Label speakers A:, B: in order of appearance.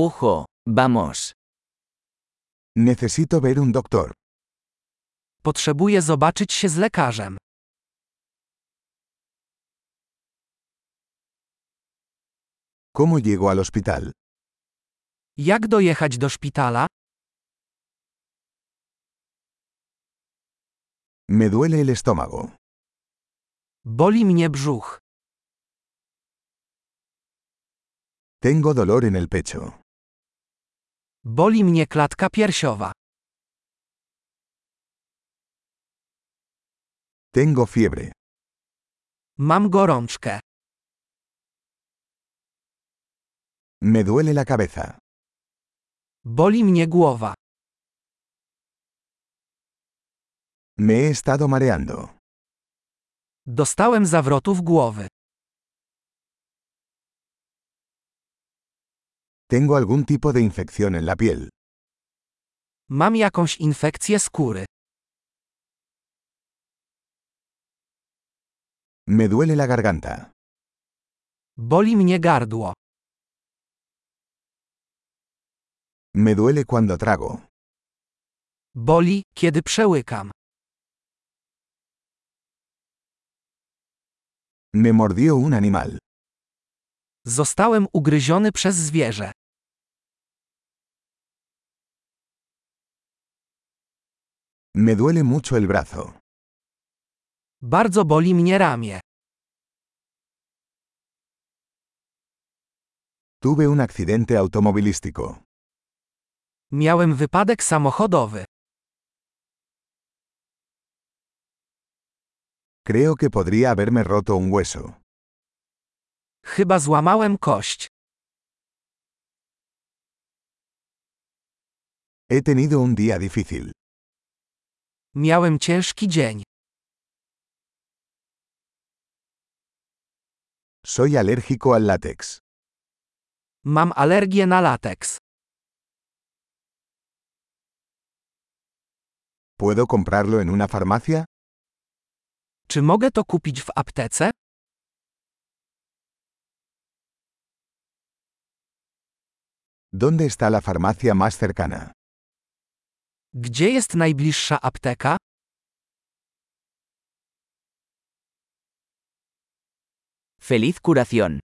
A: Ujo, vamos.
B: Necesito ver un doctor.
C: Potrzebuję zobaczyć się z lekarzem.
B: ¿Cómo llego al hospital?
C: Jak dojechać do szpitala?
B: Me duele el estómago.
C: Boli mnie brzuch.
B: Tengo dolor en el pecho.
C: Boli mnie klatka piersiowa.
B: Tengo fiebre.
C: Mam gorączkę.
B: Me duele la cabeza.
C: Boli mnie głowa.
B: Me he estado mareando.
C: Dostałem zawrotów głowy.
B: Tengo algún tipo de infección en la piel.
C: Mam jakąś infekcję skóry.
B: Me duele la garganta.
C: Boli mnie gardło.
B: Me duele cuando trago.
C: Boli, kiedy przełykam.
B: Me mordió un animal.
C: Zostałem ugryziony przez zwierzę.
B: Me duele mucho el brazo.
C: Bardzo boli mnie ramię.
B: Tuve un accidente automovilístico.
C: Miałem wypadek samochodowy.
B: Creo que podría haberme roto un hueso.
C: Chyba złamałem kość.
B: He tenido un día difícil.
C: Miałem ciężki dzień.
B: Soy alérgico al látex.
C: Mam alergię na lateks.
B: ¿Puedo comprarlo en una farmacia?
C: Czy mogę to kupić w aptece?
B: ¿Dónde está la farmacia más cercana?
C: Gdzie jest najbliższa apteka?
A: Feliz curación.